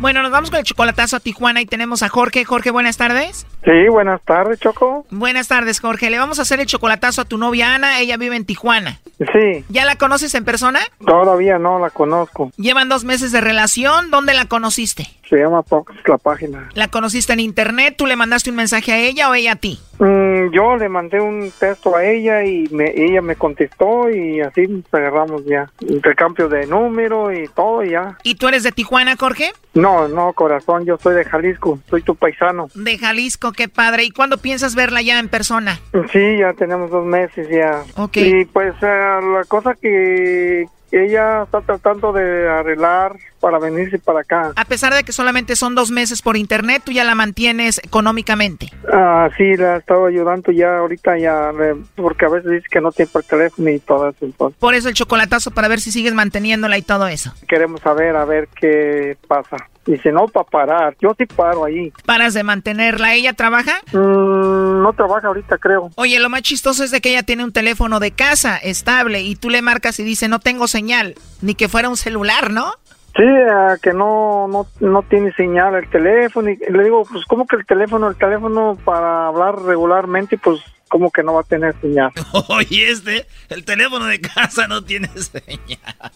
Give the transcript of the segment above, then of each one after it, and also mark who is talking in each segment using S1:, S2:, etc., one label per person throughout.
S1: Bueno, nos vamos con el chocolatazo a Tijuana y tenemos a Jorge. Jorge, buenas tardes.
S2: Sí, buenas tardes, Choco.
S1: Buenas tardes, Jorge. Le vamos a hacer el chocolatazo a tu novia Ana. Ella vive en Tijuana.
S2: Sí,
S1: ¿Ya la conoces en persona?
S2: todavía no la conozco.
S1: Llevan dos meses de relación. ¿Dónde la conociste?
S2: Se llama Fox la página.
S1: ¿La conociste en internet? ¿Tú le mandaste un mensaje a ella o ella a ti?
S2: Mm, yo le mandé un texto a ella y me, ella me contestó y así nos agarramos ya. Intercambio de número y todo y ya.
S1: ¿Y tú eres de Tijuana, Jorge?
S2: No, no, corazón, yo soy de Jalisco, soy tu paisano.
S1: De Jalisco, qué padre. ¿Y cuándo piensas verla ya en persona?
S2: Sí, ya tenemos dos meses ya.
S1: Ok.
S2: Y pues eh, la cosa que ella está tratando de arreglar para venirse para acá.
S1: A pesar de que solamente son dos meses por internet, tú ya la mantienes económicamente.
S2: Ah, sí, la he estado ayudando ya ahorita ya, eh, porque a veces dice que no tiene por teléfono y todo eso. Entonces
S1: Por eso el chocolatazo para ver si sigues manteniéndola y todo eso.
S2: queremos saber a ver qué pasa. Y si no, para parar. Yo sí paro ahí.
S1: Paras de mantenerla. ¿Ella trabaja?
S2: Mm, no trabaja ahorita, creo.
S1: Oye, lo más chistoso es de que ella tiene un teléfono de casa estable y tú le marcas y dice no tengo señal, ni que fuera un celular, ¿no?
S2: Sí, ah, que no, no, no tiene señal el teléfono. Y le digo, pues, ¿cómo que el teléfono? El teléfono para hablar regularmente, pues, ¿cómo que no va a tener señal?
S3: Oye, este, el teléfono de casa no tiene señal.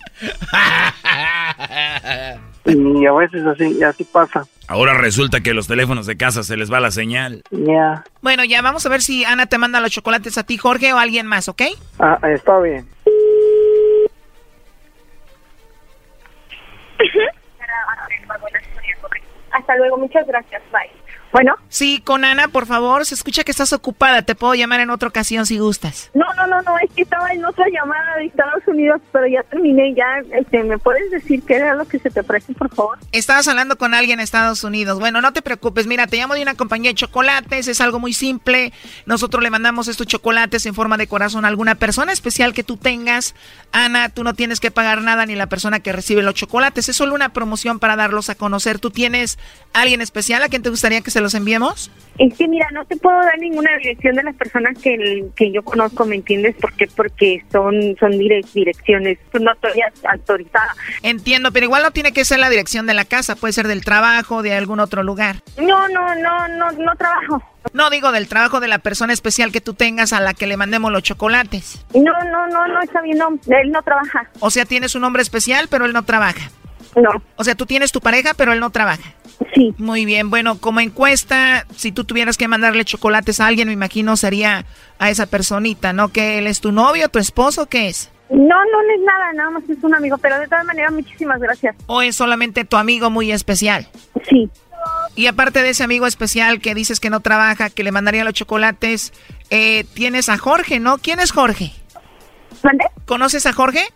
S2: Y a veces así, así pasa.
S3: Ahora resulta que los teléfonos de casa se les va la señal.
S2: Ya.
S1: Bueno, ya vamos a ver si Ana te manda los chocolates a ti, Jorge, o a alguien más, ¿ok?
S2: Ah, está bien.
S4: Hasta luego, muchas gracias, bye. Bueno,
S1: Sí, con Ana, por favor, se escucha que estás ocupada, te puedo llamar en otra ocasión si gustas.
S4: no, no, no, no, es que estaba en otra llamada de Estados Unidos, pero ya terminé, ya, este, ¿me puedes decir qué era lo que se te ofrece, por favor?
S1: Estabas hablando con alguien en Estados Unidos. Bueno, no te preocupes. Mira, te llamo de una compañía de chocolates. Es algo muy simple. Nosotros le mandamos estos chocolates en forma de corazón a alguna persona especial que tú tengas. Ana, tú no tienes que pagar nada ni la persona que recibe los chocolates. Es solo una promoción para darlos a conocer. ¿Tú tienes alguien especial a quien te gustaría que se los enviemos?
S4: Es que mira, no te puedo dar ninguna dirección de las personas que, que yo conozco, ¿me entiendes? ¿Por qué? Porque son, son direc- direcciones, pues no estoy a- autorizada.
S1: Entiendo, pero igual no tiene que ser la dirección de la casa. Puede ser del trabajo, de algún otro lugar.
S4: No, no, no, no, no trabajo.
S1: No digo del trabajo de la persona especial que tú tengas a la que le mandemos los chocolates.
S4: No, no, no, no, Xavi, no, él no trabaja.
S1: O sea, tienes un hombre especial, pero él no trabaja.
S4: No,
S1: O sea, tú tienes tu pareja, pero él no trabaja.
S4: sí,
S1: Muy bien, bueno, como encuesta, si tú tuvieras que mandarle chocolates a alguien, me imagino sería a esa personita, ¿no? Que él es tu novio, tu esposo, ¿qué es?
S4: no, no, no es nada, nada más es un amigo, pero de todas maneras, muchísimas gracias.
S1: ¿O es solamente tu amigo muy especial?
S4: Sí.
S1: Y aparte de ese amigo especial que dices que no trabaja, que le mandaría los chocolates, eh, tienes a Jorge, ¿no? ¿Quién es Jorge?
S4: ¿Mande?
S1: ¿Conoces a Jorge?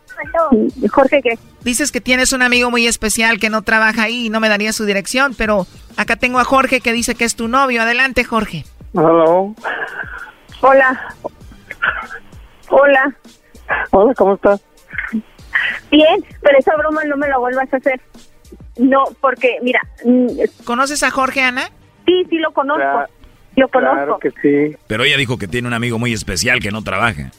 S4: Jorge, ¿qué?
S1: Dices que tienes un amigo muy especial que no trabaja ahí y no me daría su dirección, pero acá tengo a Jorge que dice que es tu novio. Adelante, Jorge.
S2: Hello.
S4: Hola. Hola.
S2: Hola, ¿cómo estás?
S4: Bien, pero esa broma no me la vuelvas a hacer. No, porque, mira, mm,
S1: ¿Conoces a Jorge, Ana?
S4: sí, sí lo conozco.
S2: Cla-
S4: lo
S2: Claro
S4: conozco.
S2: que sí.
S3: Pero ella dijo que tiene un amigo muy especial que no trabaja.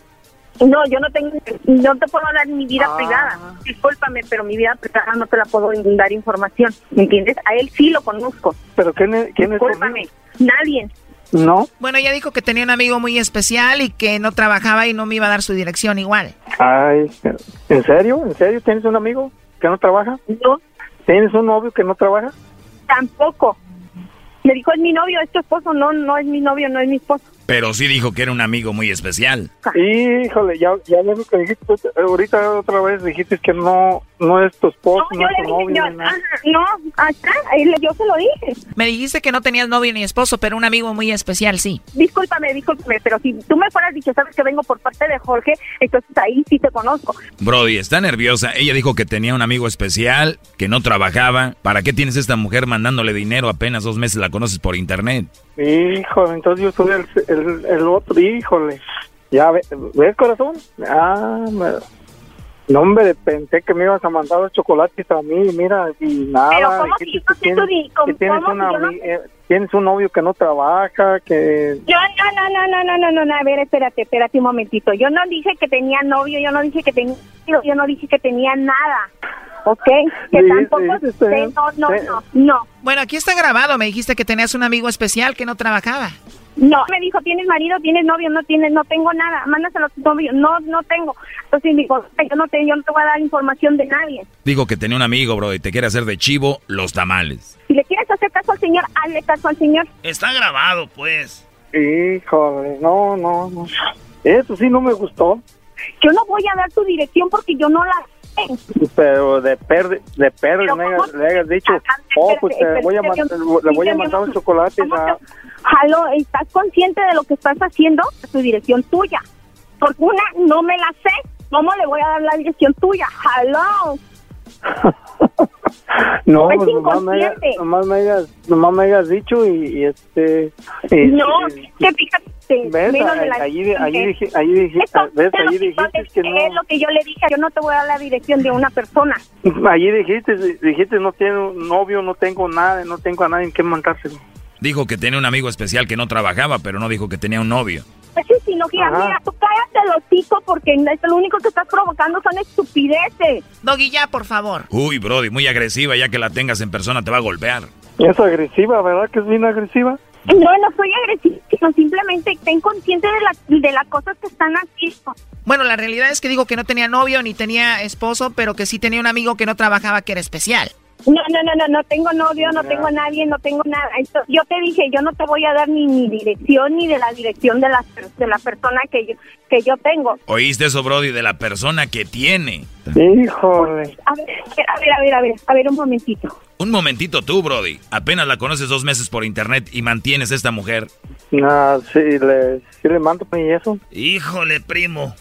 S4: No, yo no tengo, no te puedo hablar de mi vida
S2: Ah.
S4: privada. Discúlpame, pero mi vida privada no te la puedo dar información. ¿Me entiendes? A él sí lo conozco.
S2: ¿Pero quién es, quién es tu
S4: Discúlpame. Nadie.
S2: amigo? ¿No?
S1: Bueno, ella dijo que tenía un amigo muy especial y que no trabajaba y no me iba a dar su dirección igual.
S2: Ay, ¿en serio? ¿En serio tienes un amigo que no trabaja?
S4: No,
S2: ¿Tienes un novio que no trabaja?
S4: tampoco. Me dijo, es mi novio, es tu esposo. No, no es mi novio, no es mi esposo.
S3: Pero sí dijo que era un amigo muy especial.
S2: Híjole, ya, ya ves lo que dijiste. tú- Ahorita otra vez dijiste que no, no es tu esposo,
S4: No,
S2: no,
S4: yo
S2: es
S4: le
S2: tu novio.
S4: dije, yo,
S2: ni nada.
S4: ajá, no, acá, él- yo se lo dije.
S1: Me dijiste que no tenías novio ni esposo, pero un amigo muy especial, sí.
S4: Discúlpame, discúlpame, pero si tú me fueras dicho, sabes que vengo por parte de Jorge, entonces ahí sí te conozco.
S3: Brody, está nerviosa. Ella dijo que tenía un amigo especial que no trabajaba. ¿Para qué tienes esta mujer mandándole dinero? Apenas dos meses la conoces por internet.
S2: Híjole, entonces yo soy el, el, el otro, híjole. Ya, ve- ¿ves, corazón? Ah, me, no, hombre, pensé que me ibas a mandar los chocolates a mí, mira, y nada.
S4: Pero ¿cómo
S2: dijiste
S4: si yo no sé tu di-
S2: que
S4: cómo-
S2: tienes,
S4: cómo
S2: una
S4: si yo no
S2: ami- eh, tienes un novio que no trabaja, que...
S4: Yo, no, no, no, no, no, no, no, no, a ver, espérate, espérate un momentito. Yo no dije que tenía novio, yo no dije que tenía, marido, yo no dije que tenía nada, ¿ok? Que
S2: Sí,
S4: tampoco,
S2: sí, sí, sí.
S4: no, no,
S2: Sí.
S4: no, no,
S1: Bueno, aquí está grabado. Me dijiste que tenías un amigo especial que no trabajaba.
S4: no. Me dijo, ¿tienes marido, tienes novio? No tienes, no tengo nada, mándaselo a tu novio, no, no tengo. Entonces me dijo, yo no te, yo no te voy a dar información de nadie.
S3: Dijo que tenía un amigo, Brody. Te quiere hacer de chivo los tamales.
S4: Si le quieres hacer caso al señor, hazle caso al señor.
S5: Está grabado, pues.
S2: Híjole, no, no, no. Eso sí no me gustó,
S4: Yo no voy a dar tu dirección porque yo no la sé.
S2: pero de perde, de perde
S4: Pero
S2: me
S4: ¿cómo
S2: hayas- le hayas dicho,
S4: Ajá,
S2: oh,
S4: espérate,
S2: pues te
S4: espérate,
S2: voy a,
S4: espérate,
S2: mandar- le voy a
S4: espérate,
S2: mandar los
S4: ¿cómo
S2: chocolates
S4: te-
S2: a...
S4: Jalo, ¿estás consciente de lo que estás haciendo? Tu dirección tuya. Porque una, no me la sé. ¿Cómo le voy a dar la dirección tuya? Jalo.
S2: No,
S4: Es
S2: pues nomás me, hayas,
S4: inconsciente.
S2: nomás, me hayas, nomás me hayas dicho y, y este... y-
S4: No,
S2: y-
S4: que fíjate.
S2: ¿Ves?
S4: menos de
S2: Ahí-
S4: la
S2: Ahí, ahí
S4: dirección.
S2: dije, ahí dije,
S4: Esto,
S2: ¿ves?
S4: sé lo
S2: Ahí
S4: que tú
S2: dijiste
S4: haces,
S2: que
S4: Es lo que yo le dije. Yo no te voy a dar la dirección de una persona.
S2: no. Allí dijiste, dijiste, no tengo novio, no tengo nada, no tengo a nadie en qué mandárselo.
S3: Dijo que tenía un amigo especial que no trabajaba, pero no dijo que tenía un novio.
S4: Eso es sinogía.
S2: Ajá.
S4: Mira, tú cállate los hocico porque es lo único que estás provocando son estupideces.
S1: Doggy, ya, por favor.
S3: Uy, Brody, muy agresiva. Ya que la tengas en persona te va a golpear.
S2: Es agresiva, ¿verdad? Que es bien agresiva.
S4: No, no soy agresiva, sino simplemente ten consciente de, la- de las cosas que están haciendo.
S1: Bueno, la realidad es que digo que no tenía novio ni tenía esposo, pero que sí tenía un amigo que no trabajaba que era especial.
S4: No, no, no, no, no tengo novio, no tengo nadie, no tengo nada. Esto- yo te dije, yo no te voy a dar ni mi dirección ni de la dirección de la, de la persona que yo, que yo tengo.
S3: ¿Oíste eso, Brody, de la persona que tiene?
S2: Híjole.
S4: A ver, a ver, a ver, a ver, a ver un momentito.
S3: Un momentito tú, Brody. Apenas la conoces dos meses por internet y mantienes a esta mujer.
S2: Nah, sí le, sí le mando pues, y eso.
S5: Híjole, primo.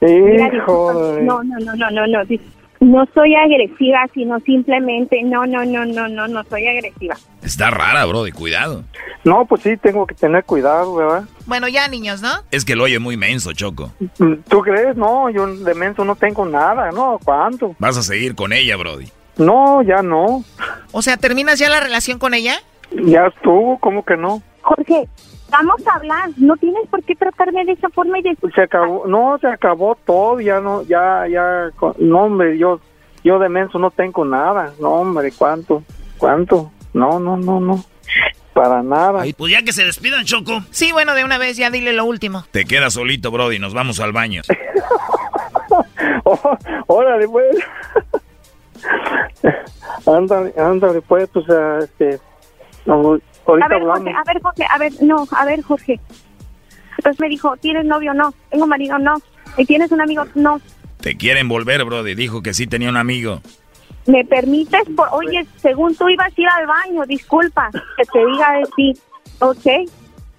S4: Mira, discúlpame.
S2: Híjole.
S4: No, no, no, no, no, no. dis- No soy agresiva, sino simplemente, no, no, no, no, no, no soy agresiva.
S3: Está rara, Brody, cuidado.
S2: No, pues sí, tengo que tener cuidado, ¿verdad?
S1: Bueno, ya, niños, ¿no?
S3: Es que lo oye muy menso, Choco.
S2: ¿Tú crees? No, yo de menso no tengo nada, ¿no? ¿Cuánto?
S3: Vas a seguir con ella, Brody.
S2: No, ya no.
S1: O sea, ¿terminas ya la relación con ella?
S2: Ya estuvo, ¿cómo que no?
S4: Jorge, vamos a hablar. No tienes por qué tratarme de esa forma y de...
S2: se acabó, no, se acabó todo, ya no, ya, ya, co- no, hombre, yo, yo de menso no tengo nada, no, hombre, ¿cuánto? ¿Cuánto? No, no, no, no, para nada.
S5: Pues ya que se despidan, Choco.
S1: Sí, bueno, de una vez ya dile lo último.
S3: Te quedas solito, Brody. Nos vamos al baño.
S2: Oh, órale, pues. ándale, ándale, pues, o sea, este, no, ahorita
S4: A ver,
S2: hablamos.
S4: Jorge, a ver, Jorge, a ver, no, a ver, Jorge. Entonces me dijo, ¿tienes novio? No. ¿Tengo marido? No. ¿Y tienes un amigo? No.
S3: Te quieren volver, Brody. Dijo que sí tenía un amigo.
S4: ¿Me permites? Por... Oye, según tú ibas a ir al baño, disculpa que te diga de ti. ¿Ok?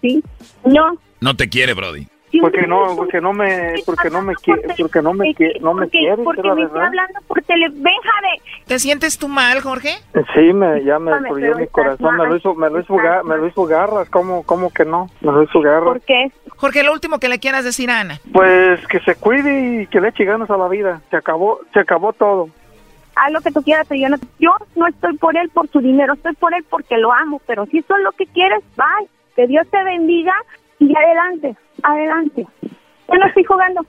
S4: ¿Sí? No.
S3: No te quiere, Brody.
S4: Sí,
S2: Porque
S4: un-
S2: no, porque no me, porque no me, qui- porque no me, qui- no me
S4: porque-
S2: quieres,
S4: Porque
S2: la
S4: me está
S2: verdad.
S4: hablando por teléfono. Deja de...
S1: ¿Te sientes tú mal, Jorge?
S2: Sí, me, ya me
S4: Discúlpame,
S2: destruyó
S4: pero
S2: mi
S4: estás
S2: corazón, me lo
S4: mal,
S2: hizo, me lo hizo, ga-
S4: estás
S2: me lo hizo garras, ¿cómo, cómo que no? Me lo hizo garras.
S4: ¿Por qué?
S1: Jorge, lo último que le quieras decir a Ana.
S2: Pues que se cuide y que le eche ganas a la vida. Se acabó, se acabó todo.
S4: haz lo que tú quieras, pero yo no, yo no estoy por él por su dinero, estoy por él porque lo amo, pero si eso es lo que quieres, bye, que Dios te bendiga y adelante, adelante. Yo no estoy jugando,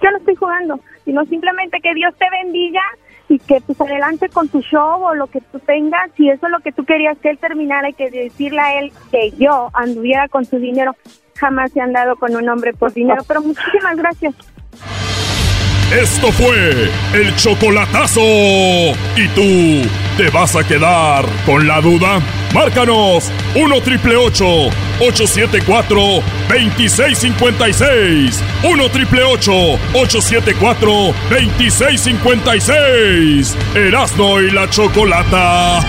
S4: yo no estoy jugando, sino simplemente que Dios te bendiga y que pues adelante con tu show o lo que tú tengas, si eso es lo que tú querías que él terminara y que decirle a él que yo anduviera con su dinero, jamás he andado con un hombre por dinero, pero muchísimas gracias.
S6: Esto fue el chocolatazo. ¿Y tú te vas a quedar con la duda? Márcanos 1 triple 874 2656. 1 triple 874 2656. Erasno y la chocolata.